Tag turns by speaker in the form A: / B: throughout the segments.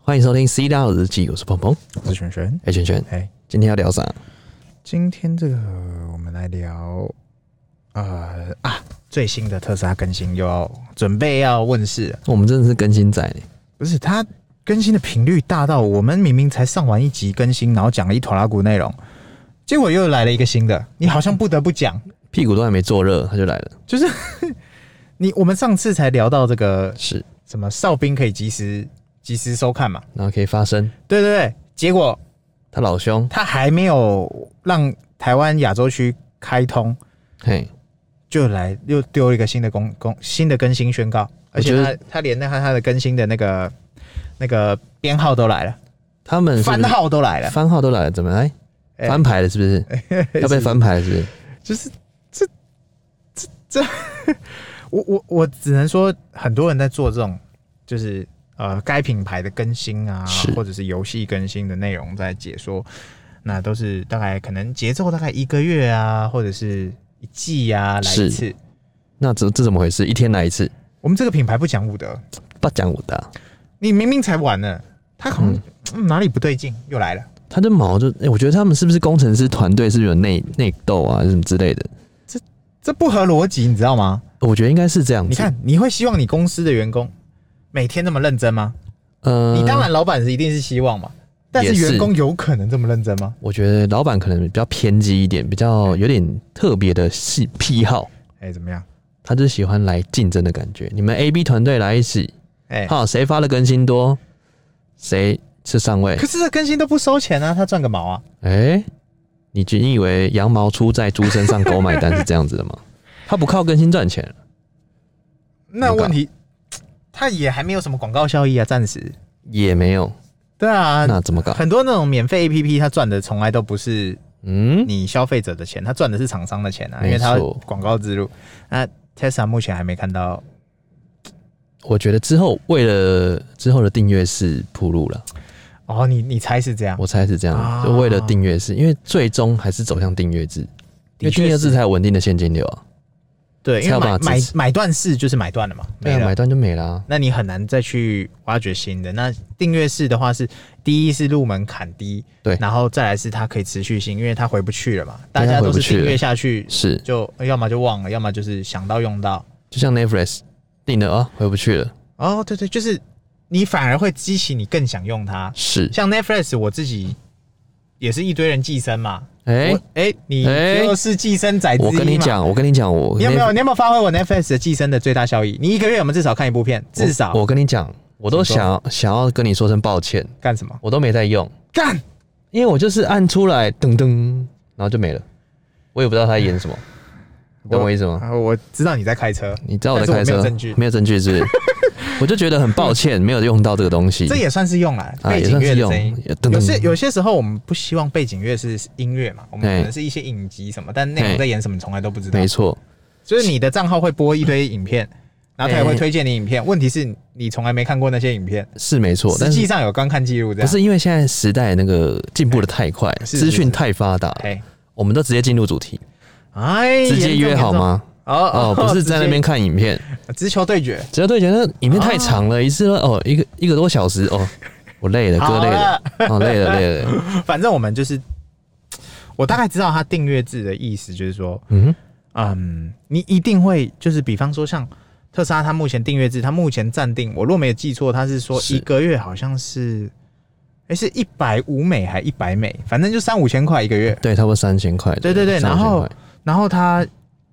A: 欢迎收听《C 大日记》，我是鹏鹏，
B: 我是璇璇。
A: 哎，圈圈，
B: 哎、
A: 今天要聊啥？
B: 今天这个我们来聊，呃啊，最新的特斯拉更新又要准备要问世了，
A: 我们真的是更新仔呢，
B: 不是它更新的频率大到我们明明才上完一集更新，然后讲了一坨拉骨内容，结果又来了一个新的，你好像不得不讲，
A: 屁股都还没坐热，他就来了。
B: 就是你我们上次才聊到这个
A: 是，
B: 什么哨兵可以及时及时收看嘛，
A: 然后可以发声。
B: 对对对，结果
A: 他老兄，
B: 它还没有让台湾亚洲区开通。
A: 嘿，
B: 就来又丢一个新的公公新的更新宣告，
A: 我
B: 而
A: 觉
B: 且
A: 得
B: 他他连那他他的更新的那个那个编号都来了，
A: 他嗯们是不是
B: 番号都来了，
A: 番号都来了，怎么来？
B: 哎
A: 翻牌了是不是？要被翻牌了是不是？
B: 就是这这这，我我我只能说，很多人在做这种就是呃该品牌的更新啊
A: 是，
B: 或者是游戏更新的内容在解说，那都是大概可能节奏大概一个月啊，或者是一季啊来
A: 是
B: 一次。
A: 那这这怎么回事？一天来一次，
B: 我们这个品牌不讲武德，
A: 不讲武德啊，
B: 你明明才晚了，他好像、嗯哪里不对劲，又来了。
A: 他的毛就，哎，我觉得他们是不是工程师团队是不是有内内斗啊，什么之类的？
B: 这不合逻辑，你知道吗？
A: 我觉得应该是这样子。
B: 你，看，你会希望你公司的员工每天那么认真吗？
A: 呃，
B: 你当，然，老板是一定是希望嘛，但是
A: 也是
B: 员工有可能这么认真吗？
A: 我觉得老板可能比较偏激一点，比较有点特别的喜癖好。
B: 哎、怎么样？
A: 他就是喜欢来竞争的感觉。你们 A、B 团队来一起，
B: 哎、
A: 好，谁发的更新多，谁是上位
B: 可。是这更新都不收钱啊，他赚个毛啊！
A: 哎、你觉你以为羊毛出在猪身上，狗买单是这样子的 吗？他不靠更新赚钱，
B: 那问题，他也还没有什么广告效益啊，暂时。
A: 也没有，
B: 对啊，
A: 那怎么搞？
B: 很多那种免费 APP，它赚的从来都不是
A: 嗯，
B: 你消费者的钱，他赚的是厂商的钱啊，
A: 没
B: 因为他
A: 错
B: 广告植入。那 Tesla 目前还没看到，
A: 我觉得之后为了之后的订阅式铺路了，
B: 哦，你你猜是这样？
A: 我猜是这样，
B: 啊
A: 就为了订阅式，因为最终还是走向订阅制，因为
B: 的
A: 订
B: 确
A: 阅
B: 是
A: 制才有稳定的现金流啊，
B: 对，因
A: 才有
B: 为
A: 办
B: 买
A: 法
B: 买
A: 支持
B: 买断式就是买断了嘛，
A: 对
B: 没
A: 啊，
B: 了。
A: 买断就没啦、啊。
B: 那你很难再去挖掘新的。那订阅式的话是，第一是入门槛低，
A: 对
B: 然后再来是它可以持续性，因为它回不去了嘛，大
A: 对它
B: 家
A: 回
B: 都
A: 不
B: 是
A: 去了
B: 订阅下去
A: 是，
B: 就要么就忘了，要么就是想到用到。
A: 就像 Netflix 订了啊，回不去了，
B: 哦，对对，就是你反而会激起你更想用它。
A: 是，
B: 像 Netflix 我自己也是一堆人寄生嘛，
A: 哎、
B: 我哎、你
A: 哎
B: 就是寄生仔之一
A: 我
B: 嘛
A: 跟你，讲，我跟你讲，我
B: 你有没有
A: Netflix-
B: 你有没有发挥我 Netflix 的寄生的最大效益？你一个月有没有至少看一部片？至少
A: 我跟你讲，我都
B: 请说
A: 想要想要跟你说声抱歉，
B: 干什么？
A: 我都没在用，
B: 干！
A: 因为我就是按出来噔噔，然后就没了，我也不知道他在演什么，你懂我意思吗？
B: 啊，我知道你在开车，
A: 你知道我在
B: 但是
A: 开车，啊
B: 我没有证据
A: 没有证据是不 是？我就觉得很抱歉，没有用到这个东西
B: 这。也算是用了
A: 啊
B: 背景乐的
A: 也
B: 声
A: 算
B: 音
A: 是用也。噔噔
B: 有些有些时候我们不希望背景乐是音乐嘛，我们
A: 哎
B: 可能是一些影集什么，但内
A: 哎
B: 容在演什么从来都不知道
A: 没。错，
B: 就是你的账号会播一堆影片，然后他也会推荐你影片，问题是你从来没看过那些影片，
A: 是没错，
B: 实
A: 但
B: 际
A: 是
B: 上有观看记录这
A: 不
B: 样。
A: 是因为现在时代那个进步的太快，
B: 是
A: 资讯太发达，
B: 哎
A: 我们都直接进入主题，
B: 哎，
A: 直接约好吗？
B: 严重？
A: 哦，
B: 哦
A: 不是在那边看影片，
B: 直接直球对决，
A: 只要对觉得影片太长了，一次哦一个一个多小时哦，我累了，哥
B: 啊好
A: 累了。
B: 了，
A: 哦，累了累 了，
B: 反正我们就是，我大概知道他订阅制的意思，就是说，
A: 嗯，
B: 嗯，你一定会就是，比方说像特斯拉，它目前订阅制，它目前暂定，我若没有记错，它是说
A: 是
B: 一个月好像是，哎、是一百五美还一百美，反正就三五千块一个月。
A: 对，差不多三千块，
B: 对对对
A: 三五
B: 然
A: 千
B: 后
A: 块
B: 然后它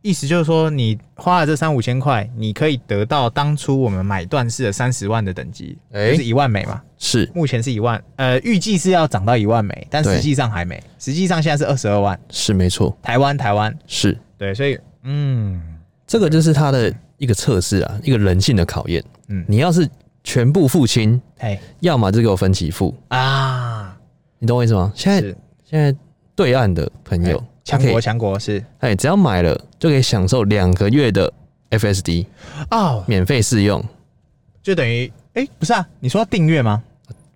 B: 意思就是说，你花了这三五千块，你可以得到当初我们买断式的三十万的等级，
A: 哎
B: 就是一万美嘛。
A: 是
B: 目前是一万，呃，预计是要涨到一万美，但
A: 对
B: 实际上还没，实际上现在是二十二万，
A: 是没错，
B: 台湾台湾，
A: 是
B: 对，所以嗯，
A: 这个就是他的一个测试啊，一个人性的考验。
B: 嗯
A: 你要是全部付清，
B: 嘿
A: 要么就给我分期付，
B: 啊，
A: 你懂我意思吗？现在
B: 是哎
A: 现在对岸的朋友，他
B: 强
A: 可以
B: 国，强国是
A: 哎，只要买了就可以享受两个月的 FSD
B: 哦，
A: 免费试用，
B: 就等于哎、不是啊，你说要订阅吗？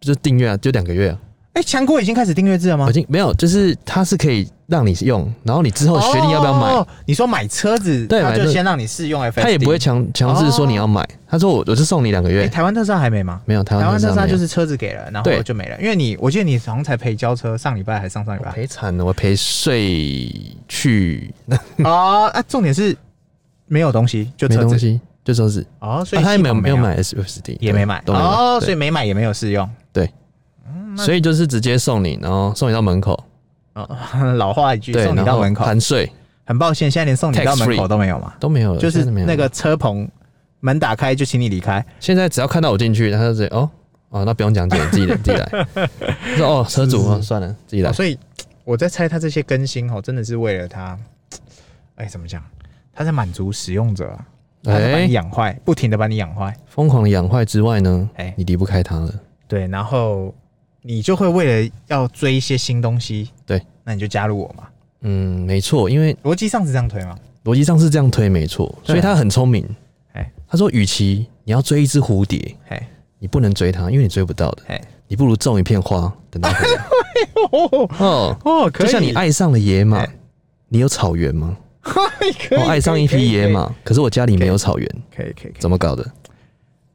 A: 就订阅啊，就两个月啊，
B: 哎，强果已经开始订阅制了吗
A: 已？经没有，就是它是可以让你用，然后你之后学历要不要买，
B: 哦？你说买车子，
A: 对
B: 他
A: 买
B: 就
A: 车
B: 先让你试用 FSD。
A: 他也不会强强制说你要买。他说我我就送你两个
B: 哦哎
A: 月，
B: 台湾特斯拉还没吗？
A: 没有台
B: 台
A: 湾
B: 湾
A: 车
B: 特斯拉
A: 没有
B: 就是车子给了，然后
A: 对
B: 就没了。因为你，我记得你好像才赔交车，上礼拜还上上礼
A: 我
B: 拜。
A: 赔惨了，我赔税去，那
B: 哦，啊，重点是没有东西，就
A: 没
B: 车
A: 东
B: 子。
A: 西，就说是
B: 哦，所
A: 啊
B: 以
A: 他也没有没
B: 系统没
A: 有，买 SUSD，
B: 也没买。
A: 都没买
B: 哦，
A: 对
B: 所以嗯没买也没有试用。
A: 所以就是直接送你，然后送你到门口，
B: 哦，老话一句，
A: 对，
B: 送你
A: 然
B: 到
A: 后
B: 门口。
A: 含税
B: 很抱歉，现在连送你
A: Tax
B: 到门
A: free
B: 口都没有嘛，
A: 都没有了，
B: 就是
A: 现在没有了
B: 那个车棚门打开就请你离开。
A: 现在只要看到我进去，他就直接哦哦，那不用讲解，自己来自己来。 说哦，车主哦，算了，自己来
B: 哦。所以我在猜他这些更新哦，真的是为了他，哎，怎么讲？他在满足使用者、啊，他在把
A: 哎
B: 你，养坏，不停的把你养坏。
A: 疯狂的养坏之外呢
B: 哎，
A: 你离不开它了。
B: 对，然后你就会为了要追一些新东西，
A: 对，
B: 那你就加入我嘛。
A: 嗯，没错，因为
B: 逻辑上是这样推吗？
A: 逻辑上是这样推，没错，所以他很聪明。
B: 啊哎
A: 他说，与其你要追一只蝴蝶，
B: 嘿，
A: 你不能追它，因为你追不到的
B: 哎。
A: 你不如种一片花，等它回来。
B: 哦
A: 哦，
B: 哦，可
A: 就
B: 以，
A: 像你 爱上了野马
B: 哎，
A: 你有草原吗？
B: 可以，
A: 我爱上一匹野马，可是我家里没有草原，
B: 可以，可以，可以，可以，
A: 怎么搞的？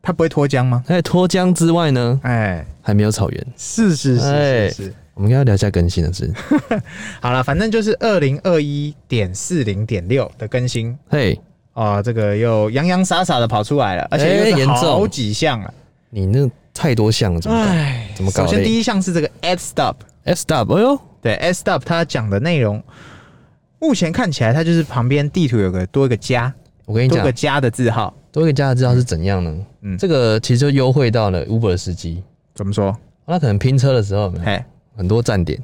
B: 他不会脱缰吗？
A: 在脱缰之外呢，
B: 哎，
A: 还没有草原。
B: 是是
A: 哎
B: 是是是。
A: 我们应该要聊一下更新的事。哎
B: 好了，反正就是二零二一点四零点六的更新
A: 嘿、
B: 哦，这个又洋洋洒洒的跑出来了，
A: 哎
B: 而且又是
A: 严重
B: 好几项了。
A: 你那太多项了，怎么办
B: 哎，
A: 怎么搞嘞
B: 首先第一项是这个 ad stop，
A: ？S W，哎呦，
B: 对 ad stop 它讲的内容，目前看起来它就是旁边地图有个多一个加，
A: 我跟你
B: 多
A: 讲
B: 个，加的字号。
A: 多给大家知道是怎样呢？
B: 嗯
A: 这个其实就优惠到了 Uber 司机，
B: 怎么说？
A: 他可能拼车的时候有没有
B: 哎，
A: 很多站点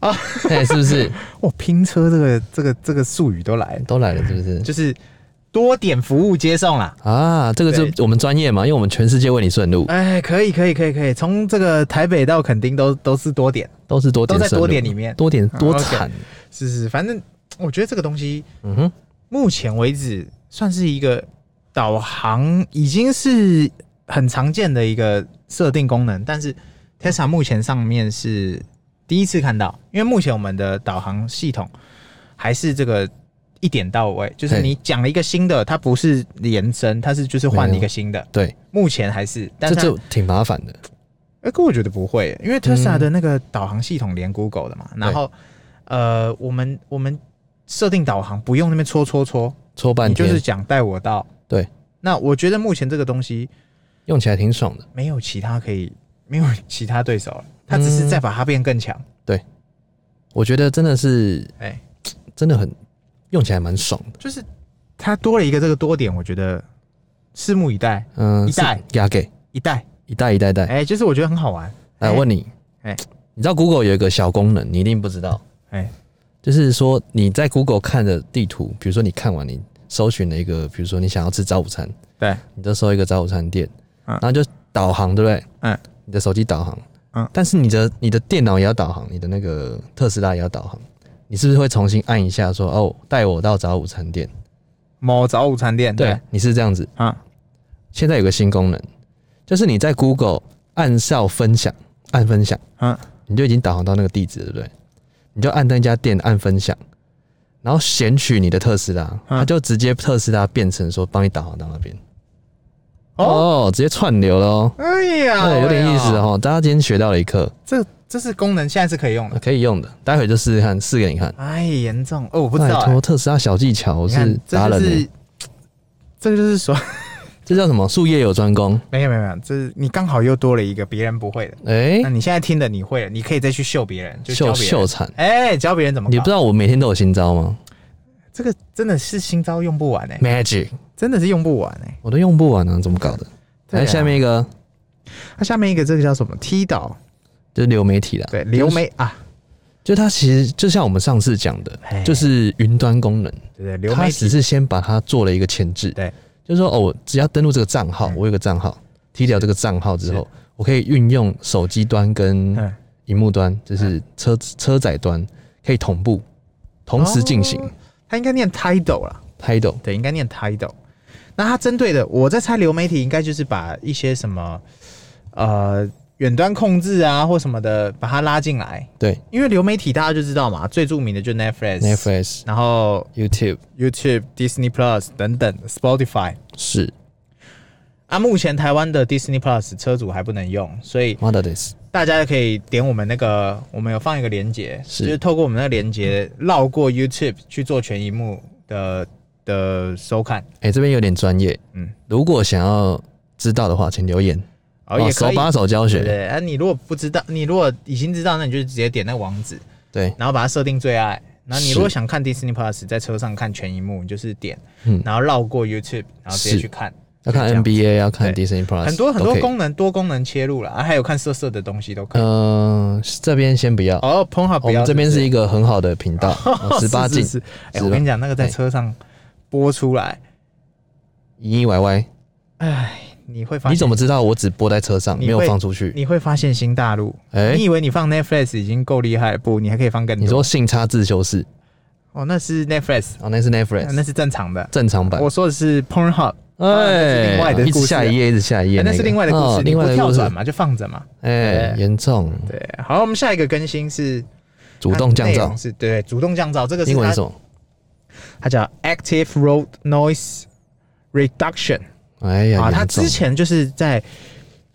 A: 啊，嘿，是不是
B: 哇，哦拼车这个这个这个术语都来了，
A: 都来了？是不是？
B: 就是多点服务接送啦。
A: 啊，这个是我们专业嘛，因为我们全世界为你顺路，
B: 哎，可以可以可以可以，从这个台北到垦丁都都是多点，
A: 都是多点
B: 都在
A: 顺路
B: 多点里面
A: 多点
B: 啊
A: 多
B: OK
A: 惨，
B: 是是，反正我觉得这个东西
A: 嗯哼，
B: 目前为止算是一个导航已经是很常见的一个设定功能，但是 Tesla 目前上面是第一次看到，因为目前我们的导航系统还是这个一点到位，就是
A: 嘿
B: 你讲了一个新的，它不是延伸，它是就是换了一个新的，
A: 对，
B: 目前还是，但
A: 哎这
B: 是它
A: 就挺麻烦的，
B: 哎、可我觉得不会耶，因为 Tesla
A: 嗯
B: 的那个导航系统连 Google 的嘛，然后呃，我们我们设定导航不用那边戳戳戳，
A: 搓半
B: 你就是
A: 天，
B: 讲带我到。
A: 对，
B: 那我觉得目前这个东西
A: 用起来挺爽的，
B: 没有其他可以，没有其他对手了，它只
A: 嗯
B: 是在把它变更强。
A: 我觉得真的是
B: 哎、
A: 真的很用起来蛮爽的，
B: 就是它多了一个这个多点，我觉得拭目以待，
A: 嗯，
B: 一代
A: 是压给
B: 一代。
A: 一代一代代。
B: 哎、就是我觉得很好玩。
A: 来
B: 哎
A: 我问你，
B: 哎
A: 你知道 Google 有一个小功能，你一定不知道，
B: 哎、
A: 就是说你在 Google 看的地图，比如说你看完你搜寻了一个，比如说你想要吃早午餐，
B: 对，
A: 你就搜一个早午餐店，
B: 嗯
A: 然后就导航，对不对？
B: 嗯，
A: 你的手机导航，
B: 嗯
A: 但是你的你的电脑也要导航，你的那个特斯拉也要导航，你是不是会重新按一下说哦，带我到早午餐店？
B: 某早午餐店。对，
A: 你是这样子。
B: 啊，
A: 现在有个新功能，就是你在 Google 按照分享，按分享。
B: 嗯，
A: 你就已经导航到那个地址了，对不对？你就按那家店按分享，然后选取你的特斯拉，
B: 嗯
A: 它就直接特斯拉变成说帮你导航到那边。
B: 哦，
A: 哦，直接串流了哦，
B: 哎呀，
A: 对，有点意思
B: 哦。
A: 哦。大家今天学到了一课，
B: 这这是功能，现在是可以用的。
A: 可以用的，待会就试试看，试给你看。
B: 哎，严重哦，我不知
A: 拜
B: 道、
A: 托，
B: 欸，
A: 特斯拉小技巧，我
B: 你
A: 是
B: 看，
A: 达
B: 这就
A: 人欸、
B: 是 这个就是说，
A: 这叫什么？术业有专攻。
B: 没有没有没有，这是你刚好又多了一个别人不会的。
A: 哎、
B: 那你现在听的你会了，你可以再去秀别人，就教
A: 秀
B: 别人
A: 秀。惨！
B: 哎、教别人怎么搞？
A: 你不知道我每天都有新招吗
B: 这个真的是新招用不完哎、
A: ？Magic，
B: 真的是用不完哎、
A: 我都用不完啊，怎么搞的？
B: 对啊
A: 来，下面一个
B: 它、下面一个这个叫什么踢倒？
A: 就是流媒体啦。
B: 对，流媒啊，
A: 就它其实就像我们上次讲的
B: 嘿，
A: 就是云端功能，
B: 对对，流
A: 它
B: 媒
A: 只
B: 体
A: 是先把它做了一个前置，
B: 对，嗯
A: 就是说哦，我只要登录这个账号，我有个账号，踢掉这个账号之后，我可以运用手机端跟
B: 嗯
A: 荧幕端，就是车车载端可以同步同时进行
B: 哦它应该念 title 啦，
A: title，
B: 对，应该念 title。那它针对的，我在猜流媒体应该就是把一些什么呃远端控制啊或什么的把它拉进来。
A: 对
B: 因为流媒体大家就知道嘛，最著名的就 Netflix、
A: ，Netflix、
B: 然后
A: YouTube
B: YouTube、Disney Plus 等等，Spotify。
A: 是
B: 啊，目前台湾的 Disney Plus 车主还不能用，所以
A: m o d e r d s
B: 大家可以点我们那个，我们有放一个连接，
A: 是
B: 就是透过我们那个连接绕过 YouTube 去做全荧幕的的收看，
A: 哎、这边有点专业，
B: 嗯，
A: 如果想要知道的话，请留言，
B: 哦也
A: 手
B: 可以。
A: 把手教
B: 对
A: 学，
B: 对，啊，你如果不知道，你如果已经知道，那你就直接点那个网址，
A: 对，
B: 然后把它设定最爱。然后你如果
A: 是
B: 想看 Disney Plus，在车上看全荧幕，你就是点，
A: 嗯
B: 然后绕过 YouTube，然后直接
A: 是啊
B: 去看。
A: 要看
B: 这样
A: NBA，要看
B: 对
A: Disney Plus，
B: 很多很
A: 都
B: 多
A: 可以
B: 功能，多功能切入了，啊，还有看色色的东西都可以。
A: 嗯、这边先不要，
B: 哦 p o n h u
A: 我
B: 不要，
A: 们这边
B: 不
A: 是一个很好的频道，十八
B: 是
A: 禁
B: 是，是哎、
A: 18
B: 我跟你讲，那个在车上播出来，
A: 咦咦歪歪，
B: 哎，你会发现
A: 你怎么知道我只播在车上，
B: 你
A: 没有
B: 会
A: 放出去？
B: 你会发现新大陆？
A: 哎、
B: 你以为你放 Netflix 已经够厉害了？不，你还可以放更多。
A: 你说性差自修室，
B: 哦，那是 Netflix，、
A: 哦，那是
B: 啊
A: Netflix
B: 那是正常的。
A: 正常版，
B: 我说的是 Pornhub，、那是
A: 哎，
B: 另外的
A: 一直
B: 故事
A: 下
B: 啊
A: 一页，一直下一页
B: 哎
A: 个，
B: 那是另外的故事，
A: 哦另外
B: 你
A: 的
B: 不跳
A: 故事
B: 转，嘛，就放着嘛。
A: 哎，
B: 对啊
A: 严重
B: 对，好，我们下一个更新是
A: 主动降
B: 它内
A: 噪
B: 容，是对主动降噪，这个是
A: 英文是
B: 它
A: 什么？
B: 它叫 Active Road Noise Reduction
A: 哎呀，
B: 啊，
A: 严
B: 它
A: 重
B: 之前就是在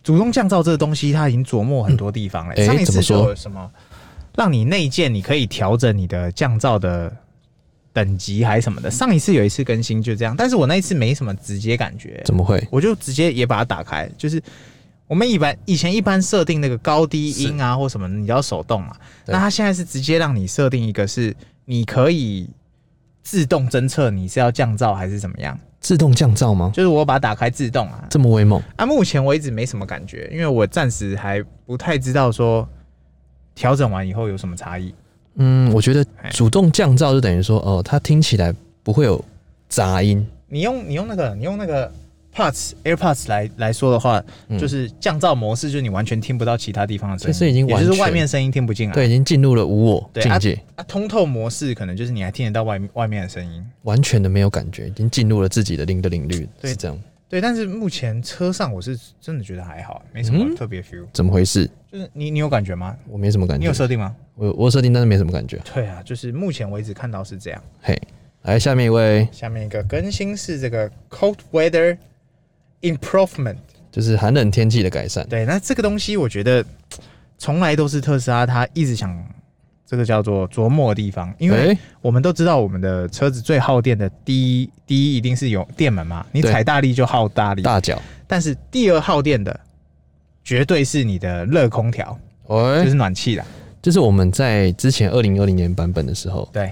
B: 主动降噪这个东西，它已经琢磨很多地方了、
A: 嗯
B: 上一
A: 诶怎
B: 次
A: 么
B: 就
A: 说
B: 有什么让你内建，你可以调整你的降噪的等级还是什么的。上一次有一次更新就这样，但是我那一次没什么直接感觉，
A: 怎么会？
B: 我就直接也把它打开，就是。我们一般以前一般设定那个高低音啊或什么，你要手动嘛。
A: 对
B: 那它现在是直接让你设定一个是你可以自动侦测你是要降噪还是怎么样，
A: 自动降噪吗？
B: 就是我把它打开自动啊。
A: 这么威猛？
B: 啊，目前为止没什么感觉，因为我暂时还不太知道说调整完以后有什么差异。
A: 嗯，我觉得
B: 哎
A: 主动降噪就等于说，哦，它听起来不会有杂音，
B: 你用你用那个你用那个 Parts AirPods 来来说的话，
A: 嗯
B: 就是降噪模式，就是你完全听不到其他地方的声音，
A: 就是已经
B: 也
A: 完
B: 就
A: 全
B: 是外面声音听不进来。
A: 对，已经进入了无我
B: 啊对
A: 境界，
B: 啊，通透模式可能就是你还听得到外外面的声音。
A: 完全的没有感觉，已经进入了自己的零的领域，
B: 对
A: 是这样？
B: 对，但是目前车上我是真的觉得还好，没什么
A: 嗯
B: 特别 feel、
A: 怎么回事？
B: 就是你你有感觉吗？
A: 我没什么感
B: 你
A: 觉
B: 有，设定吗？
A: 我我设定但是没什么感觉。
B: 对啊，就是目前为止看到是这样。
A: 嘿，来下面一位
B: 下面一个更新是这个 Cold Weather Improvement。
A: 就是寒冷天气的改善，
B: 对，那这个东西我觉得从来都是特斯拉它一直想这个叫做琢磨的地方，因为
A: 哎
B: 我们都知道我们的车子最耗电的第一，第一一定是有电门嘛，你
A: 对
B: 踩大力就耗大力，
A: 大脚，
B: 但是第二耗电的绝对是你的热空调，
A: 哎
B: 就是暖气啦。
A: 就是我们在之前二零二零年版本的时候，
B: 对，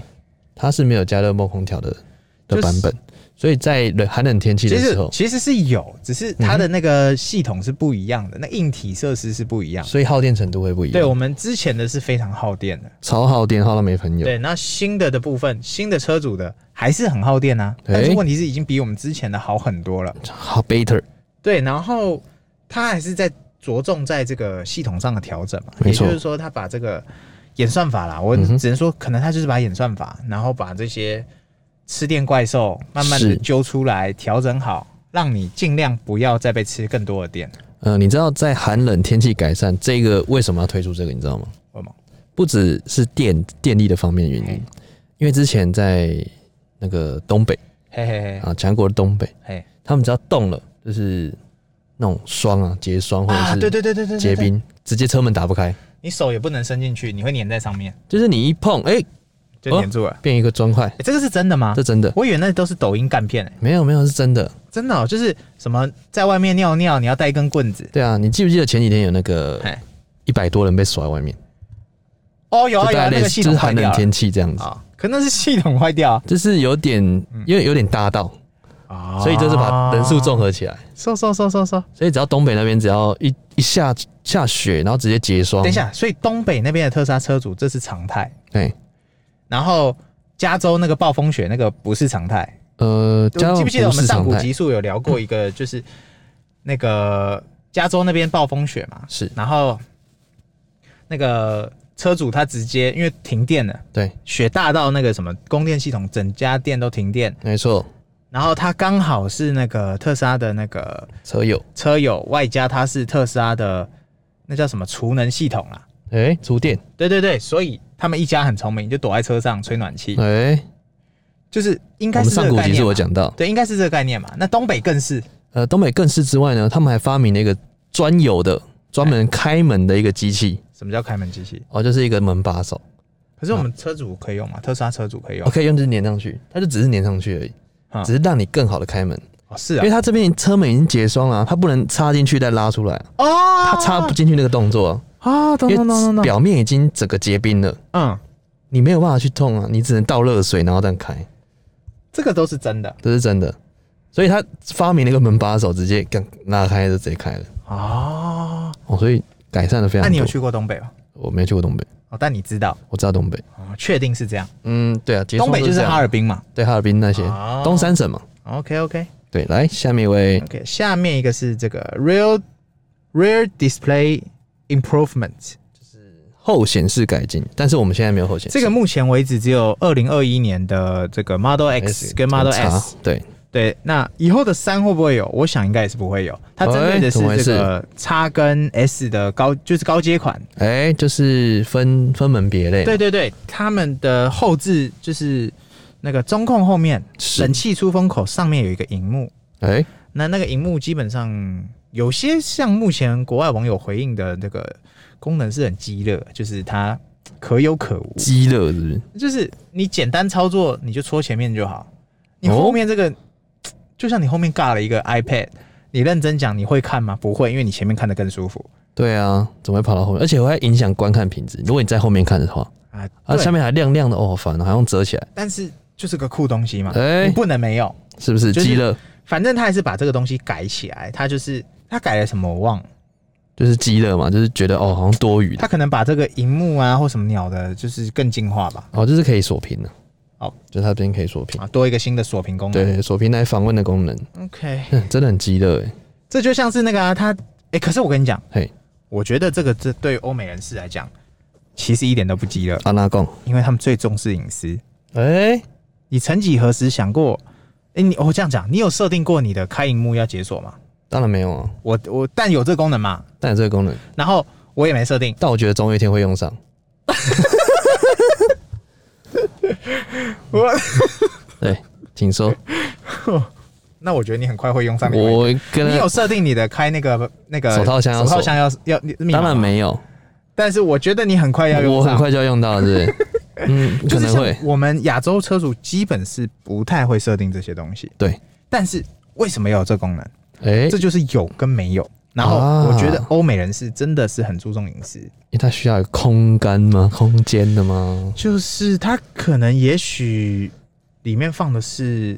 A: 它是没有加热梦空调的的
B: 就是
A: 版本，所以在冷寒冷天气
B: 其
A: 的时
B: 实
A: 候，
B: 其实是有，只是它的那个系统是不一样的，那硬体设施是不一样的。
A: 所以耗电程度会不一样。
B: 对我们之前的是非常耗电的，
A: 超耗电，耗到没朋友。
B: 对，那新的的部分，新的车主的还是很耗电啊，
A: 哎
B: 但是问题是已经比我们之前的好很多了。
A: 好 better，
B: 对，然后它还是在着重在这个系统上的调整嘛，也
A: 没错
B: 就是说，它把这个演算法啦，我
A: 嗯哼
B: 只能说，可能它就是把演算法，然后把这些吃电怪兽慢慢的
A: 是
B: 揪出来，调整好，让你尽量不要再被吃更多的电。
A: 呃，你知道在寒冷天气改善这个为什么要推出这个，你知道吗？
B: 为什么？
A: 不只是电电力的方面原因
B: 嘿，
A: 因为之前在那个东北
B: 嘿嘿嘿，
A: 啊，全国的东北，
B: 嘿，
A: 他们只要冻了，就是那种霜啊，结霜或
B: 啊，对
A: 者是
B: 对对对对，对
A: 结，
B: 对
A: 冰，直接车门打不开，
B: 你手也不能伸进去，你会粘在上面，
A: 就是你一碰，哎、
B: 就
A: 哦
B: 粘住了。
A: 变一个砖块，
B: 欸这个是真的吗？
A: 这真的
B: 我以为那都是抖音干片诶、
A: 没有没有是真的。
B: 真的、哦，就是什么在外面尿尿，你要带一根棍子。
A: 对啊，你记不记得前几天有那个
B: 哎，
A: 一百多人被锁在外面，
B: 哦，
A: 就
B: 有啊
A: 大
B: 有啊，
A: 概
B: 那
A: 类
B: 个系
A: 似就
B: 统
A: 是
B: 坏
A: 寒冷
B: 掉了
A: 天气这样子
B: 啊、，可那是系统坏掉
A: 就是有点因为有点搭到，
B: 啊
A: 所以就是把人数哦综合起来。
B: 收收收收收。
A: 所以只要东北那边只要一一下下雪，然后直接结霜。
B: 等一，下，所以东北那边的特斯拉车主这是常态，
A: 对，
B: 然后加州那个暴风雪那个不是常态。
A: 呃，加
B: 记
A: 上
B: 不记得我
A: 不
B: 们
A: 是
B: 上
A: 常
B: 古
A: 态
B: 集，数有聊过一个，就是那个加州那边暴风雪嘛，
A: 是
B: 然后那个车主他直接因为停电了。
A: 对，
B: 雪大到那个什么供电系统，整家店都停电。
A: 没错，
B: 然后他刚好是那个特斯拉的那个
A: 车友
B: 车友，外加他是特斯拉的那叫什么储能系统啦。
A: 哎、厨电，
B: 对对对，所以他们一家很聪明，就躲在车上吹暖气，
A: 哎、
B: 就是应
A: 我
B: 该
A: 们
B: 是这
A: 上
B: 个
A: 古
B: 概
A: 集
B: 念啊
A: 是我
B: 嘛。
A: 讲到，
B: 对，应该是这个概念嘛。那东北更是，
A: 呃，东北更是之外呢，他们还发明了一个专有的、专门开门的一个机器，
B: 什么叫开门机器？
A: 哦，就是一个门把手，哦
B: 可是我们车主可以用吗？特斯拉车主可以用
A: 我？可以用就是粘上去，它就只是粘上去而已，
B: 嗯
A: 只是让你更好的开门，
B: 哦，是
A: 因
B: 啊
A: 为，它这边车门已经结霜了、它不能插进去再拉出来，
B: 哦，
A: 它插不进去那个动作啊，
B: 啊，懂
A: 因
B: 懂懂懂
A: 为
B: 懂，
A: 表面已经整个结冰了，
B: 嗯，
A: 你没有办法去痛啊，你只能倒热水然后再开，
B: 这个都是真的
A: 这是真的。所以他发明了一个门把手，直接刚拉开就直接开了，
B: 哦。
A: 哦，所以改善的非常
B: 那
A: 多。
B: 你有？去过东北吗？
A: 我没有去过东北，
B: 哦，但你知道，
A: 我知道东北。
B: 哦，确定是这样。
A: 嗯，对啊，结束
B: 东北就是
A: 这样
B: 哈尔滨嘛。
A: 对哈尔滨那些、
B: 哦
A: 东三省嘛。
B: OK OK
A: 对，来下面一位，
B: OK，下面一个是这个 Real Real Display Improvement，
A: 后显示改进，但是我们现在没有后显示。
B: 这个目前为止只有二零二一年的这个 Model X 跟 Model
A: 哎很差
B: S。
A: 对，
B: 对，那以后的三会不会有？我想应该也是不会有。它针对
A: 哎
B: 的
A: 怎么回
B: 是
A: 事
B: 这个叉跟 S 的高，就是高阶款。
A: 哎、就是分分门别类。
B: 对，对对，他们的后置就是那个中控后面
A: 是
B: 冷气出风口上面有一个荧幕，
A: 哎、
B: 那那个荧幕基本上有些像目前国外网友回应的那个功能是很鸡肋，就是它可有可无，
A: 鸡肋是不是？
B: 就是你简单操作你就戳前面就好，你
A: 哦
B: 后面这个、就像你后面尬了一个 iPad，你认真讲你会看吗？不会，因为你前面看的更舒服
A: 对啊，怎么会跑到后面？而且会影响观看品质。如果你在后面看的话，
B: 啊。
A: 啊，
B: 对
A: 下面还亮亮的，哦，好烦、哦，好像折起来，
B: 但是就是个酷东西嘛，
A: 哎
B: 你不能没有。
A: 是不是？
B: 就是
A: 鸡肋
B: 反正他还是把这个东西改起来，他就是他改了什么我忘了，
A: 就是鸡肋嘛，就是觉得哦，好像多余的，
B: 他可能把这个荧幕啊或什么鸟的，就是更进化吧，
A: 哦，就是可以锁屏了。
B: 好，
A: 就是它这边可以锁屏。
B: 啊，多一个新的锁屏功能。
A: 对，锁屏来访问的功能，
B: ，OK，
A: 哼真的很鸡肋哎。
B: 这就像是那个啊，他哎、可是我跟你讲，
A: 嘿，
B: 我觉得这个这对欧美人士来讲，其实一点都不鸡了，
A: 阿拉贡，
B: 因为他们最重视隐私。
A: 哎、
B: 你曾几何时想过，哎、你我、这样讲，你有设定过你的开荧幕要解锁吗？
A: 当然没有啊，
B: 我我但有这个功能嘛，
A: 但有这个功能，
B: 然后我也没设定。
A: 但我觉得总有一天会用上。
B: 我
A: 对，请说。
B: 那我觉得你很快会用上你的
A: 我跟
B: 你
A: 他
B: 有设定你的开那个那个
A: 手套箱要
B: 手套
A: 锁
B: 箱要要密码
A: 当
B: 吗
A: 然，没有，
B: 但是我觉得你很快要用
A: 我
B: 上，
A: 很快就要用到，是不是？嗯，
B: 就
A: 可
B: 是
A: 能会
B: 像。我们亚洲车主基本是不太会设定这些东西，
A: 对，
B: 但是为什么要有这功能？
A: 哎、
B: 这就是有跟没有。然后
A: 啊
B: 我觉得欧美人是真的是很注重隐私，
A: 因为它需要有空间吗？空间的吗？
B: 就是他可能也许里面放的是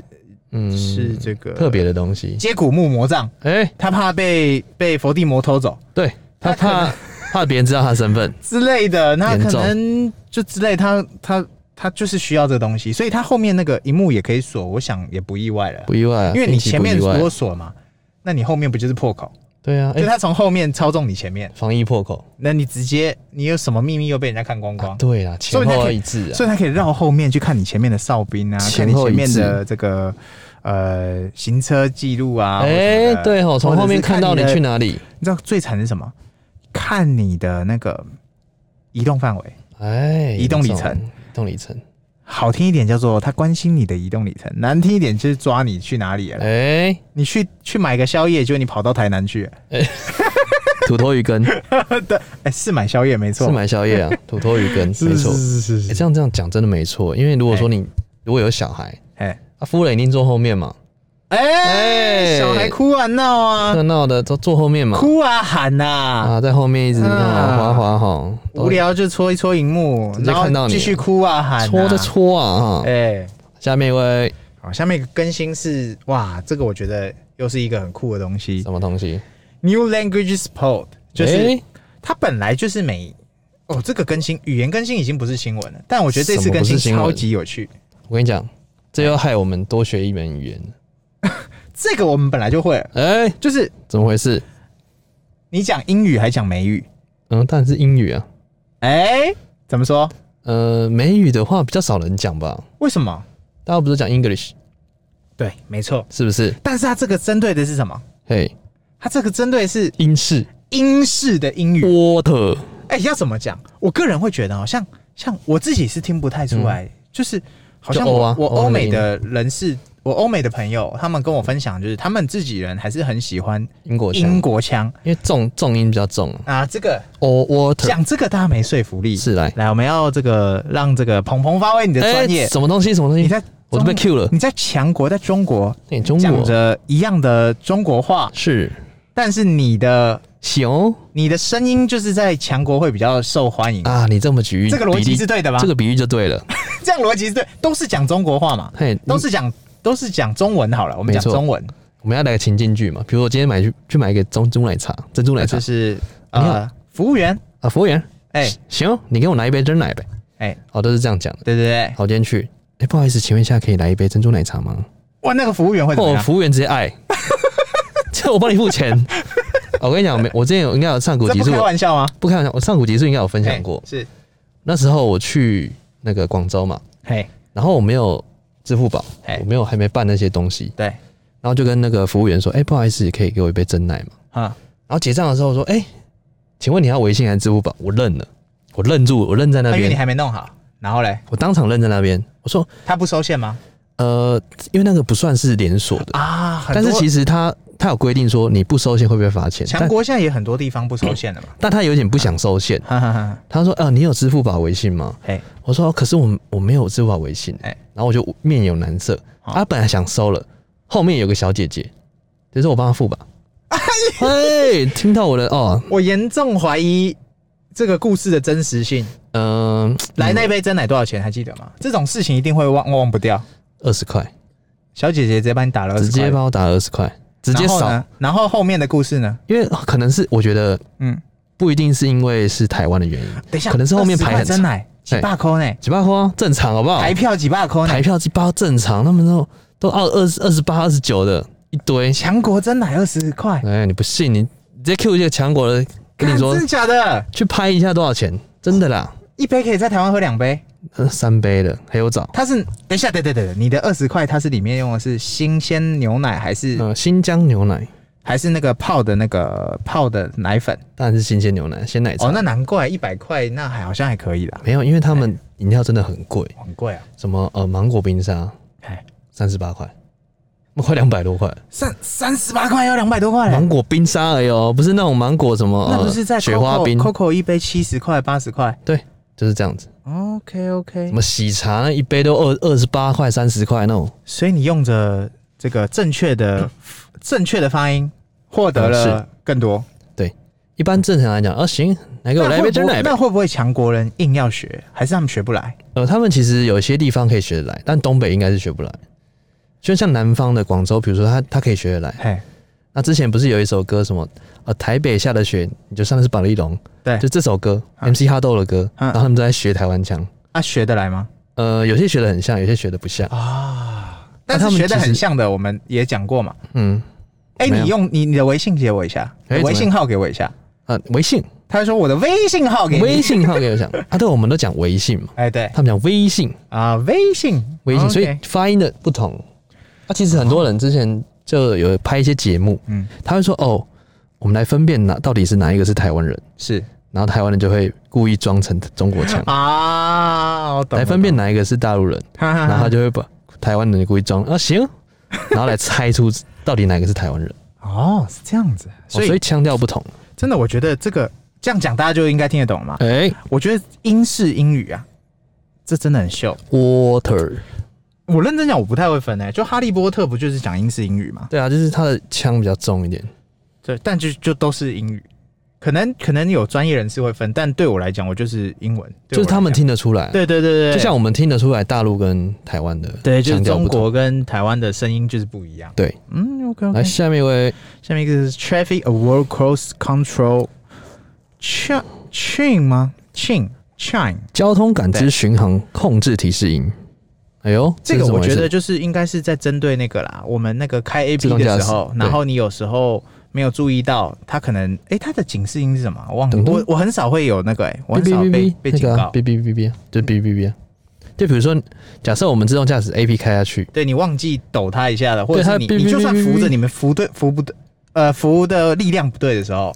A: 嗯，
B: 是这个
A: 特别的东西。
B: 接骨木魔杖，
A: 哎、
B: 他怕被被伏地魔偷走
A: 对他
B: 他可
A: 怕怕别人知道他的身份，
B: 之类的，那
A: 严
B: 可
A: 重
B: 能就之类他他他就是需要这东西，所以他后面那个荧幕也可以锁，我想也不意外了，
A: 不意外、啊，
B: 因为你
A: 引起
B: 前面
A: 不
B: 如
A: 意外
B: 果锁嘛，那你后面不就是破口？
A: 对啊，哎、
B: 就他从后面操纵你前面，
A: 防疫破口，
B: 那你直接你有什么秘密又被人家看光光，
A: 对啊，前
B: 所以他
A: 后
B: 可以
A: 一致啊
B: 所，以他可以绕后面去看你前面的哨兵啊，看
A: 前
B: 你
A: 后
B: 前
A: 一
B: 面
A: 致
B: 的这个呃行车记录啊。
A: 哎、
B: 或者什么的
A: 对哦，从后面看到你去，
B: 或者是
A: 哪里，
B: 的你知道最惨是什么？看你的那个移动范围，
A: 哎，
B: 移动里
A: 严重
B: 程，
A: 移动里程，
B: 好听一点叫做他关心你的移动里程，难听一点就是抓你去哪里了。
A: 哎、
B: 你去去买个宵夜，结果你跑到台南去，
A: 土托鱼羹
B: 对，哎，是买宵夜没 错，
A: 是买宵 夜啊，土托鱼羹没
B: 是
A: 错
B: 是，是是是
A: 哎、这样这样讲真的没错，因为如果说你、如果有小孩，
B: 哎
A: 啊，夫人一定坐后面嘛，哎
B: 哎，小孩哭啊闹啊，
A: 热闹的都坐后面嘛，
B: 哭啊喊呐，
A: 啊，在后面一直啊
B: 啊
A: 滑滑哈，都
B: 无聊就戳一戳荧幕，
A: 直接
B: 然
A: 看到
B: 后
A: 你
B: 继续哭啊喊啊，
A: 搓的搓啊哈。
B: 哎，
A: 下面一位
B: 好，下面一个更新是哇，这个我觉得又是一个很酷的东西
A: 什么东西？
B: ，New Language Support，就是
A: 哎
B: 它本来就是每哦这个更新语言更新已经不是新闻了，但我觉得这
A: 什
B: 次
A: 么
B: 更
A: 不是
B: 新
A: 新闻
B: 超级有趣，
A: 我跟你讲，这又害我们多学一门语言了。
B: 这个我们本来就会了，
A: 哎、
B: 就是
A: 怎么回事？
B: 你讲英语还讲美语，
A: 嗯，当然是英语啊。
B: 哎，怎么说？
A: 呃，美语的话比较少人讲吧，
B: 为什么？
A: 大家不是讲 English
B: 对，没错。
A: 是不是？
B: 但是它这个针对的是什么？
A: 嘿，
B: 它这个针对的是
A: 英式
B: 英式的英语。
A: water，
B: 哎、要怎么讲？我个人会觉得，好像像我自己是听不太出来，就是好像
A: 嗯就欧
B: 我、
A: 啊
B: 我
A: 欧
B: 欧
A: 美
B: 美的人士，我欧美的朋友，他们跟我分享，就是他们自己人还是很喜欢
A: 英国腔，
B: 英
A: 因
B: 国腔
A: 为重重音比较重
B: 啊。这个
A: ，all water
B: 讲这个大家没说服力。
A: 是来，
B: 来，我们要这个让这个鹏鹏发挥你的专业。
A: 什么东西什么东
B: 你
A: 西，
B: 在
A: 我都被
B: 中
A: Q 了，
B: 你在强国，在中国
A: 对，中
B: 讲
A: 国
B: 着一样的中国话，
A: 是
B: 但是你的
A: 熊
B: 你的声音就是在强国会比较受欢迎。
A: 啊，你这么举例，
B: 这个逻
A: 比
B: 辑
A: 例
B: 是对的吧？
A: 这个比喻就对了，
B: 这样逻辑是对，都是讲中国话嘛，
A: 嘿，你
B: 都是讲都是讲中文好了，我们讲
A: 没错
B: 中文，
A: 我们要来个情境剧嘛，比如我今天买去去买一个珍珠奶茶，珍珠奶茶
B: 就是
A: 你
B: 呃服务员，
A: 哎啊，服务员，
B: 哎
A: 行，你给我来一杯真奶呗，
B: 哎、
A: 哦，都是这样讲的。
B: 对对对，
A: 好，今天去，哎、不好意思，请问一下，可以来一杯珍珠奶茶吗？
B: 哇，那个服务员会怎么
A: 哦，
B: 样？
A: 服务员直接 爱，这我帮你付钱。我跟你讲，没，我之前有应该有上古
B: 这
A: 集
B: 不
A: 数，
B: 开玩笑吗？
A: 不开玩笑，我上古集数应该有分享过
B: 哎。是，
A: 那时候我去那个广州嘛，
B: 嘿，
A: 然后我没有支付宝
B: 哎，
A: 我没有还没办那些东西，
B: 对，
A: 然后就跟那个服务员说，哎、不好意思，可以给我一杯真奶吗？
B: 啊，
A: 然后结账的时候说，哎、请问你要微信还是支付宝？我愣了，我愣住，我愣在那
B: 啊因为你
A: 边，
B: 还没弄好，然后嘞，
A: 我当场愣在那边，我说，
B: 他不收现吗？
A: 呃，因为那个不算是连锁的。
B: 啊，很
A: 但是
B: 多
A: 其实他他有规定说你不收现会不会罚钱，
B: 强
A: 但
B: 国现在也很多地方不收现了嘛，
A: 但他有点不想收现，
B: 哈哈哈，
A: 他说呃你有支付宝微信吗？
B: 嘿，
A: 我说哦可是我我没有支付宝微信，
B: 哎哦
A: 然后我就面有难色，
B: 好
A: 他、本来想收了，后面有个小姐姐，就说我帮她付吧，
B: 哎
A: 嘿，听到我的哦，
B: 我严重怀疑这个故事的真实性。
A: 嗯、
B: 来那杯真奶多少钱？还记得吗？这种事情一定会忘忘不掉。
A: 二十块，
B: 小姐姐直接帮你打了20块，
A: 直接帮我打二十块，直接
B: 然后
A: 扫，
B: 呢。然后后面的故事呢？
A: 因为可能是我觉得
B: 嗯，
A: 不一定是因为是台湾的原因，
B: 等一下，
A: 可能是后面
B: 20
A: 排
B: 块
A: 很
B: 真
A: 长，哎
B: 奶几百块呢，
A: 几百块啊正常好不好？
B: 台票几百块呢，
A: 台票是包正常，他们都都二二十二十八、二十九的一堆。
B: 强国真奶二十块。
A: 哎，你不信，你直接 Q 一个强国的，跟你
B: 干
A: 说
B: 真的假的？
A: 去拍一下多少钱？真的啦，
B: 一杯可以在台湾喝两杯。
A: 呃三杯的还有找，
B: 它是等一下，对对对对，你的二十块它是里面用的是新鲜牛奶，还是、
A: 呃，新疆牛奶
B: 还是那个泡的那个泡的奶粉？
A: 当然是新鲜牛奶，鲜奶茶、
B: 哦，那难怪一百块，那还好像还可以啦，
A: 没有，因为他们饮料真的很贵，
B: 很贵啊。
A: 什么呃芒果冰沙
B: 哎，
A: 三十八块，那快两百多块，
B: 三三十八块要两百多 块嘞，
A: 芒果冰沙而已哦，不是那种芒果什么，
B: 那不是在
A: 呃、雪花
B: Coco-
A: 冰，
B: Coco 一杯七十块八十块
A: 对，就是这样子，
B: ？OK
A: 什
B: OK，
A: 么喜茶那一杯都二二十八块、三十块那种。
B: 所以你用着这个正确的正确的发音，获得
A: 嗯
B: 了更多。
A: 一般正常来讲，啊行，来给我来一杯真奶
B: 那
A: 吧。
B: 会不会强国人硬要学，还是他们学不来？
A: 呃，他们其实有些地方可以学得来，但东北应该是学不来。就像南方的广州，比如说他他可以学得来。
B: 嘿，
A: 那之前不是有一首歌什么呃台北下的雪，你就像是绑了一笼，
B: 对
A: 就这首歌、MC 哈豆的歌，
B: 嗯
A: 然后他们都在学台湾腔。
B: 啊，学得来吗？
A: 呃，有些学得很像，有些学得不像。
B: 啊，
A: 那
B: 但
A: 他
B: 是
A: 们
B: 学得
A: 其实
B: 很像的，我们也讲过嘛。
A: 嗯，
B: 哎，
A: 没有
B: 你用你你的微信给我一下，
A: 哎
B: 微
A: 怎么
B: 信号给我一下。
A: 呃，微信
B: 他说我的微信号给
A: 微
B: 你。
A: 信号给我 讲，啊，对，我们都讲微信嘛，
B: 哎，对
A: 他们讲微信
B: 啊，微信
A: 微信，所以
B: 哦 OK
A: 发音的不同。啊，其实很多人之前就有拍一些节目，
B: 嗯
A: 他会说哦，我们来分辨哪到底是哪一个是台湾人，
B: 是
A: 然后台湾人就会故意装成中 国腔，
B: 啊，我懂
A: 来
B: 了
A: 分辨哪一个是大陆人，
B: 哈哈
A: 然后
B: 哈
A: 他就会把台湾人故意装啊 行，然后来猜出到底哪个是台湾人，哦
B: 哦，是这样子，
A: 所
B: 所
A: 以,、
B: 以
A: 腔调不同。
B: 真的，我觉得这个这样讲大家就应该听得懂了嘛。
A: 哎、
B: 我觉得英式英语啊，这真的很秀。
A: w a t e r
B: 我认真讲，我不太会分诶、欸就哈利波特不就是讲英式英语吗？
A: 对啊，就是他的腔比较重一点。
B: 对，但就就都是英语，可能可能有专业人士会分，但对我来讲，我就是英文，对
A: 就
B: 我
A: 是他们
B: 来讲。
A: 听得出来，啊
B: 对对对对，
A: 就像我们听得出来大陆跟台湾的
B: 对，就是
A: 腔调
B: 中
A: 不同。
B: 国跟台湾的声音就是不一样。
A: 对，
B: 嗯，OK OK
A: 来。下面一位
B: 下面一个是 Traffic Award Cross Control Chin Chin 吗？Chin Chin
A: 交通感知巡航控制提示音。哎呦，
B: 这
A: 是
B: 个
A: 怎么
B: 我
A: 回
B: 觉
A: 事
B: 得就是应该是在针对那个啦，我们那个开 A
A: 自
B: P
A: 动驾驶
B: 的时候，
A: 对
B: 然后你有时候没有注意到，它可能诶，它的警示音是什么？我忘了
A: 等，等
B: 我我很少会有那个诶，我
A: 哔
B: 很少
A: 哔
B: 被
A: 哔
B: 被
A: 那
B: 警
A: 个啊
B: 告。
A: 哔哔哔哔，就哔哔哔啊。就比如说，假设我们自动驾驶 A P 开下去，
B: 对你忘记抖它一下了，或者
A: 对它
B: 是你
A: 哔哔
B: 你就算
A: 哔哔
B: 扶着
A: 哔
B: 你们扶对扶不对，呃扶的力量不对的时候，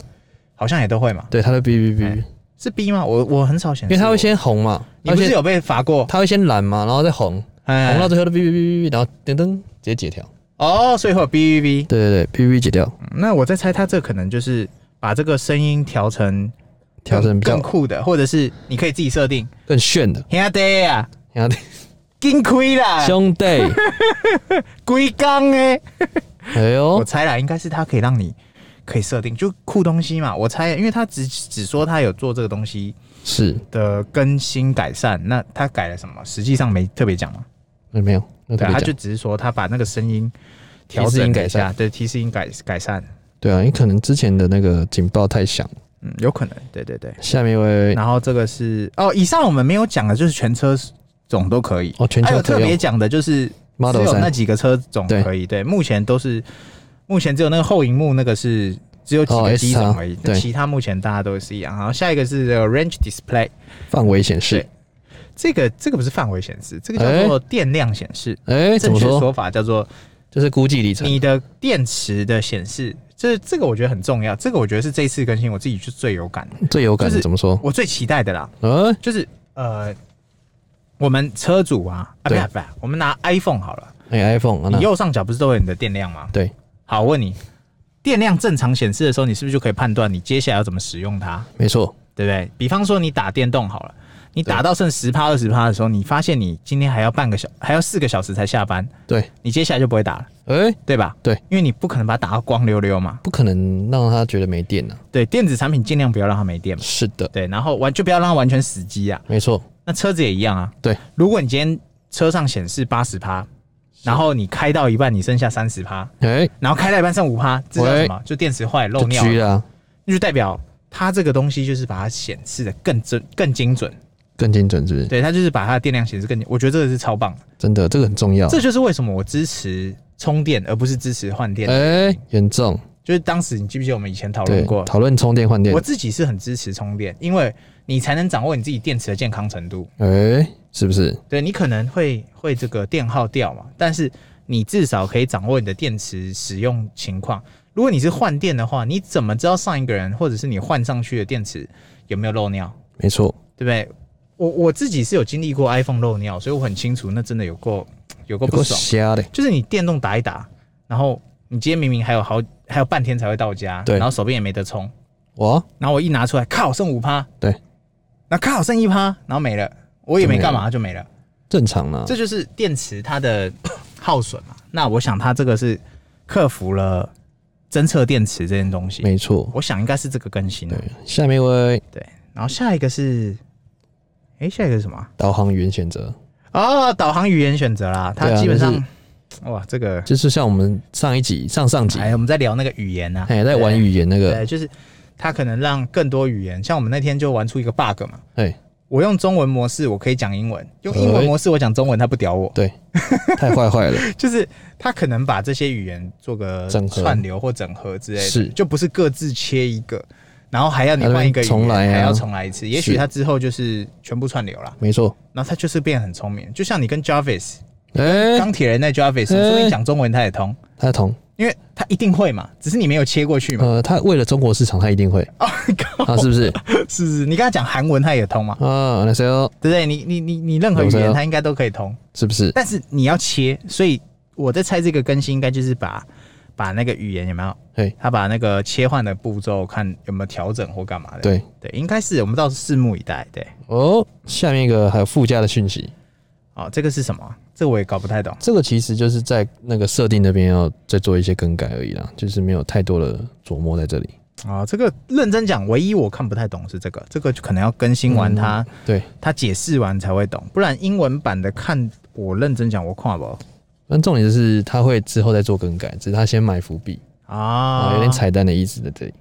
B: 好像也都会嘛，
A: 对，它会哔哔哔，
B: 哎是 B 吗？我我很少显
A: 因
B: 示，
A: 为它会，先红嘛，
B: 你不
A: 它会
B: 是
A: 先
B: 有被罚过？
A: 它会先蓝嘛，然后再红，
B: 哎
A: 红到最后就哔哔哔哔哔，然后噔噔直接解掉。
B: 哦，所以会有 B B B。
A: 对对对，哔哔解掉，
B: 嗯那我在猜，它这可能就是把这个声音调成
A: 调整比较
B: 更酷的，或者是你可以自己设定。
A: 更炫 的。
B: 兄弟啊，
A: 然后
B: 金亏啦，
A: 兄 弟，
B: 龟缸哎，
A: 哎
B: 我
A: 呦，
B: 猜啦，应该是它可以让你可以设定，就酷东西嘛。我猜，因为它只只说它有做这个东西
A: 是
B: 的更新改善，那它改了什么？实际上没特别讲嘛。
A: 那哎没有，那特
B: 对，
A: 别
B: 他
A: 讲
B: 就只是说他把那个声音调
A: 提示
B: 整
A: 音
B: 了
A: 改
B: 一下
A: 善，
B: 对，提示音改改善，
A: 对啊，因为可能之前的那个警报太响。
B: 嗯，有可能，对对对。
A: 下面一位
B: 然后这个是哦，以上我们没有讲的就是全车种都可以，
A: 哦，全
B: 还
A: 球
B: 有
A: 可
B: 特别
A: 用
B: 讲的就是只
A: Model
B: 有那
A: 三
B: 几个车种
A: 对
B: 可以，对，目前都是目前只有那个后荧幕那个是只有几
A: 哦
B: 个机种
A: S3
B: 而已，
A: 对
B: 其他目前大家都是一样。然后下一个是这个 Range Display，
A: 范围显示
B: 对。这个这个不是范围显示，这个叫做电量显示，
A: 哎，怎
B: 正
A: 么
B: 确
A: 说？
B: 说法叫做
A: 就是估计里程。
B: 你的电池的显示，这这个我觉得很重要，这个我觉得是这一次更新我自己是最有感的，
A: 最有感
B: 就是
A: 的怎么说？
B: 我最期待的啦，
A: 呃，
B: 就是呃，我们车主啊，啊不
A: 对
B: 是不是，我们拿 iPhone 好了，
A: 那个 iPhone 啊，
B: 你
A: 那
B: 右上角不是都有你的电量吗？
A: 对，
B: 好，我问你，电量正常显示的时候，你是不是就可以判断你接下来要怎么使用它，
A: 没错，
B: 对不对？比方说你打电动好了。你打到剩十趴二十趴的时候，你发现你今天还要半个小，还要四个小时才下班，
A: 对，
B: 你接下来就不会打了，
A: 哎，
B: 对吧？
A: 对，
B: 因为你不可能把它打到光溜溜嘛。
A: 不可能让他觉得没电呐。
B: 对，电子产品尽量不要让它没电嘛。
A: 是的，
B: 对，然后完就不要让它完全死机啊。
A: 没错，
B: 那车子也一样啊。
A: 对，
B: 如果你今天车上显示八十趴，然后你开到一半，你剩下三十趴，
A: 哎，
B: 然后开到一半剩五趴，这叫
A: 喂
B: 什么？就电池坏
A: 就
B: 漏尿
A: 狙
B: 了，
A: 啦，
B: 那就代表它这个东西就是把它显示的更准、更精准。
A: 更精准是不是？
B: 对，它就是把它的电量显示更精，我觉得这个是超棒的。
A: 真的，这个很重要。
B: 这就是为什么我支持充电而不是支持换电。
A: 哎，严重，
B: 就是当时你记不记得我们以前讨论
A: 对
B: 过，，
A: 讨论充电换电
B: 我，自己是很支持充电，因为你才能掌握你自己电池的健康程度。
A: 哎，是不是？
B: 对你可能会会这个电耗掉嘛，但是你至少可以掌握你的电池使用情况。如果你是换电的话，你怎么知道上一个人或者是你换上去的电池有没有漏尿，
A: 没错，
B: 对不对？我我自己是有经历过 iPhone 漏尿，所以我很清楚那真的有够有
A: 有
B: 够不
A: 够
B: 爽。
A: 瞎的，
B: 就是你电动打一打，然后你今天明明还有好还有半天才会到家，
A: 对
B: 然后手边也没得充，
A: 哇，
B: 然后我一拿出来，靠，剩五趴，
A: 对，
B: 那靠，剩一趴，然后没了，我也没干嘛就没了，
A: 正常啊啦，
B: 这就是电池它的耗损嘛。那我想它这个是克服了侦测电池这件东西，
A: 没错。
B: 我想应该是这个更新
A: 对
B: 了。，
A: 下面一位
B: 对，然后下一个是，诶，下一个是什么啊？
A: 导航语言选择，
B: 哦，导航语言选择啦，它
A: 对啊
B: 基本上，
A: 就
B: 哇，这个，
A: 就是像我们上一集、上上集，
B: 哎，我们在聊那个语言啊，
A: 哎，在玩语言那
B: 对，
A: 个，
B: 对，就是它可能让更多语言，像我们那天就玩出一个 bug 嘛，
A: 哎，
B: 我用中文模式我可以讲英文，用英文模式我讲中文，他不屌我。
A: 对，太坏坏了，
B: 就是他可能把这些语言做个
A: 整合
B: 串流或整合之类的，
A: 是
B: 就不是各自切一个，然后还要你换一个
A: 还要
B: 语言，
A: 重来啊
B: 还要重来一次。也许
A: 是
B: 他之后就是全部串流了，
A: 没错。
B: 然后他就是变得很聪明，就像你跟 Jarvis
A: 哎、
B: 钢铁人那 Jarvis，
A: 哎
B: 说不定讲中文他也通，
A: 他同，
B: 因为他一定会嘛，只是你没有切过 去嘛。
A: 呃，他为了中国市场，他一定会，
B: 哦，靠
A: 啊，是不是？
B: 是是，你跟他讲韩文他也通嘛，
A: 啊，那谁哦，
B: 对不对？你你你你任何语
A: 有时
B: 言
A: 候
B: 他应该都可以通。
A: 是不是？
B: 但是你要切，所以我在猜这个更新应该就是把把那个语言有没有？
A: 嘿，
B: 他把那个切换的步骤看有没有调整或干嘛的。
A: 对，
B: 对，应该是我们到时候拭目以待。对，
A: 哦，下面一个还有附加的讯息，
B: 哦，这个是什么啊？这我也搞不太懂。
A: 这个其实就是在那个设定那边要再做一些更改而已啦，就是没有太多的琢磨在这里。
B: 哦，这个认真讲，唯一我看不太懂是这个，这个就可能要更新完它，
A: 对，
B: 它解释完才会懂，不然英文版的看我认真讲我看不懂
A: 但重点就是他会之后再做更改，只是他先埋伏笔啊，
B: 啊，
A: 有点彩蛋的意思在这里。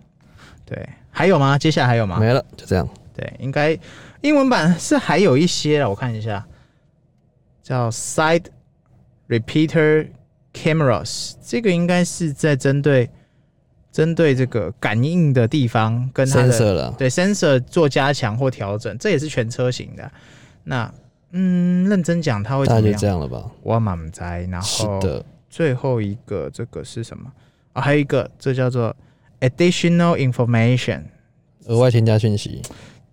B: 对，还有吗？接下来还有吗？
A: 没了，就这样。
B: 对，应该英文版是还有一些了，我看一下，叫 Side Repeater Cameras，这个应该是在针对针对这个感应的地方跟它的
A: sensor 了，
B: 对 sensor 做加强或调整，这也是全车型的。那嗯，认真讲，它会
A: 大
B: 怎
A: 概就
B: 么样
A: 这？样了吧？
B: 我满在，然
A: 是
B: 后
A: 的，
B: 最后一个这个是什么啊？还有一个，这叫做 additional information，
A: 额外添加讯息，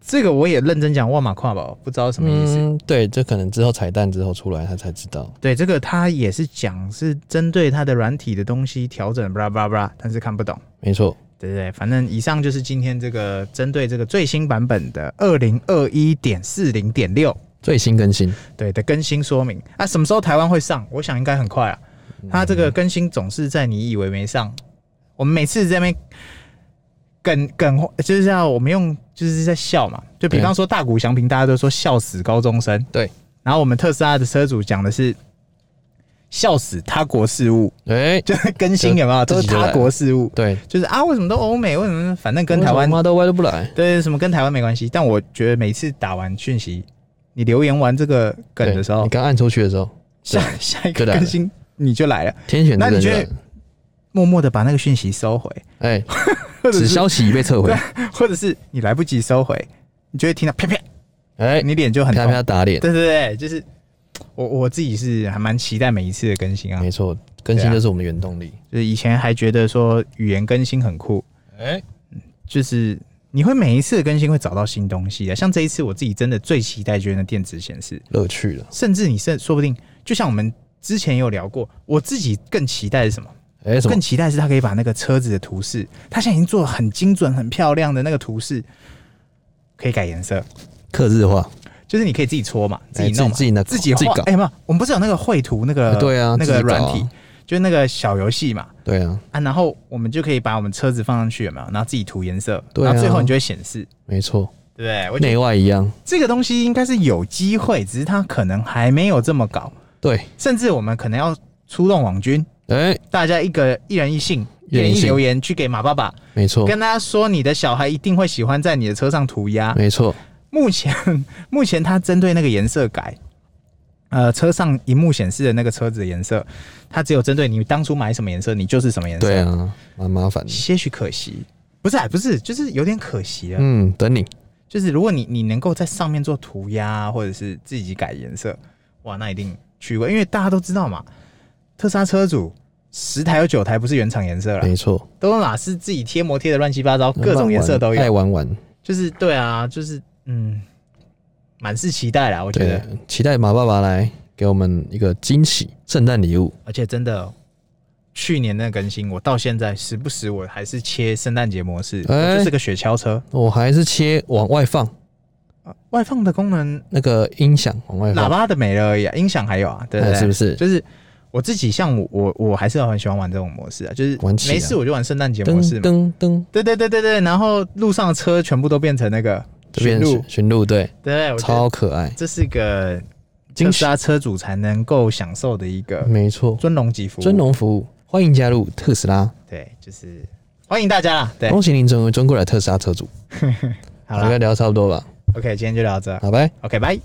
B: 这个我也认真讲，万马跨宝不知道什么意思。
A: 嗯，对，这可能之后彩蛋之后出来他才知道。
B: 对，这个他也是讲是针对它的软体的东西调整，巴拉巴拉巴拉，但是看不懂，
A: 没错，
B: 对不对？反正以上就是今天这个针对这个最新版本的二零二一点四零点六
A: 最新更新，
B: 对的更新说明。啊，什么时候台湾会上？我想应该很快啊。
A: 嗯
B: 它这个更新总是在你以为没上，我们每次在那边梗梗就是要我们用就是在笑嘛。就比方说大谷翔平，大家都说笑死高中生，
A: 对。
B: 然后我们特斯拉的车主讲的是笑死他国事务，
A: 哎、
B: 就是 更新有没有
A: 这
B: 都
A: 这
B: 是
A: 集就来
B: 他国事务，
A: 对，
B: 就是啊为什么都欧美，为什么反正跟台
A: 为什
B: 湾
A: 么妈都歪都不来，
B: 对什么跟台湾没关系。但我觉得每次打完讯息，你留言完这个梗的时
A: 对
B: 候
A: 你，刚按出去的时候，
B: 下下一
A: 就
B: 个
A: 来了
B: 更新你就来了，
A: 天选
B: 那
A: 之人
B: 你觉
A: 就来
B: 得
A: 了，
B: 默默的把那个讯息收回，
A: 哎、
B: 或者
A: 此
B: 是
A: 消息已被撤回，
B: 或者是你来不及收回，你就会听到啪啪，
A: 哎、
B: 你脸就很
A: 啪
B: 痛。
A: 啪打脸，
B: 对对对，就是我我自己是还蛮期待每一次的更新啊
A: 没，错，更
B: 对
A: 新
B: 啊
A: 就是我们的原动力。
B: 就是以前还觉得说语言更新很酷，
A: 哎、
B: 就是你会每一次的更新会找到新东西啊。像这一次我自己真的最期待就是那电子显示，
A: 乐趣了，
B: 甚至你甚说不定就像我们之前也有聊过，我自己更期待是什么？
A: 哎、什么
B: 更？期待是它可以把那个车子的图示，它现在已经做的很精准、很漂亮的那个图示，可以改颜色，
A: 克制化，
B: 就是你可以自己搓嘛，自己弄
A: 哎自
B: 嘛，
A: 己自己那
B: 自己
A: 自己
B: 画
A: 搞
B: 哎、没有，我们不是有那个绘图那个、
A: 哎对啊
B: 那个
A: 自己搞啊
B: 软体，就是那个小游戏嘛。
A: 对啊，
B: 啊，然后我们就可以把我们车子放上去，有没有？然后自己涂颜色，
A: 对啊
B: 然后最后你就会显示，
A: 没错，
B: 对不对？我觉得
A: 内外一样，
B: 这个东西应该是有机会，只是它可能还没有这么搞，
A: 对，
B: 甚至我们可能要出动网军，
A: 哎、
B: 大家一个一人一信，一
A: 一人
B: 人
A: 一信
B: 一留言去给马爸爸，
A: 没错，
B: 跟大家说你的小孩一定会喜欢在你的车上涂鸦。
A: 没错，
B: 目前 目前它针对那个颜色改。呃，车上荧幕显示的那个车子的颜色，它只有针对你当初买什么颜色，你就是什么颜色。
A: 对啊，蛮麻烦的。
B: 些许可惜，不是、啊、不是，就是有点可惜了。
A: 嗯，等你，
B: 就是如果你你能够在上面做涂鸦啊，或者是自己改颜色，哇，那一定去过，因为大家都知道嘛，特斯拉车主十台有九台不是原厂颜色了，
A: 没错，
B: 都哪是自己贴膜贴的乱七八糟，各种颜色都
A: 爱
B: 有。
A: 玩玩，
B: 就是对啊，就是嗯，满是期待啦，我觉
A: 对
B: 得，，
A: 期待马爸爸来给我们一个惊喜，圣诞礼物。
B: 而且真的。去年那更新，我到现在时不时我还是切圣诞节模式，
A: 哎
B: 我就是个雪橇车。
A: 我还是切往外放
B: 外放的功能
A: 那个音响，往外
B: 喇
A: 放，
B: 叭的没了而已、啊，音响还有啊，对不
A: 哎
B: 对？
A: 是不是
B: 就是我自己像我我我还是很喜欢玩这种模式啊，就是
A: 玩起啊
B: 没事我就玩圣诞节模式
A: 噔
B: 嘛。
A: 噔噔，
B: 对对对对对，然后路上的车全部都变成那个
A: 这
B: 驯
A: 边
B: 鹿，
A: 驯鹿，对，
B: 对，我觉得
A: 超可爱，
B: 这是个特
A: 惊
B: 斯
A: 喜，嗯
B: 拉车主才能够享受的一个
A: 没错，
B: 尊荣呃级服务。
A: 尊荣服务，欢迎加入特斯拉，
B: 对，就是欢迎大家啦。对，
A: 恭喜您成为尊贵的特斯拉车主。
B: 好
A: 应该
B: 了
A: 聊得差不多吧？
B: ，OK，今天就聊到这
A: 好，拜。
B: ，OK，拜。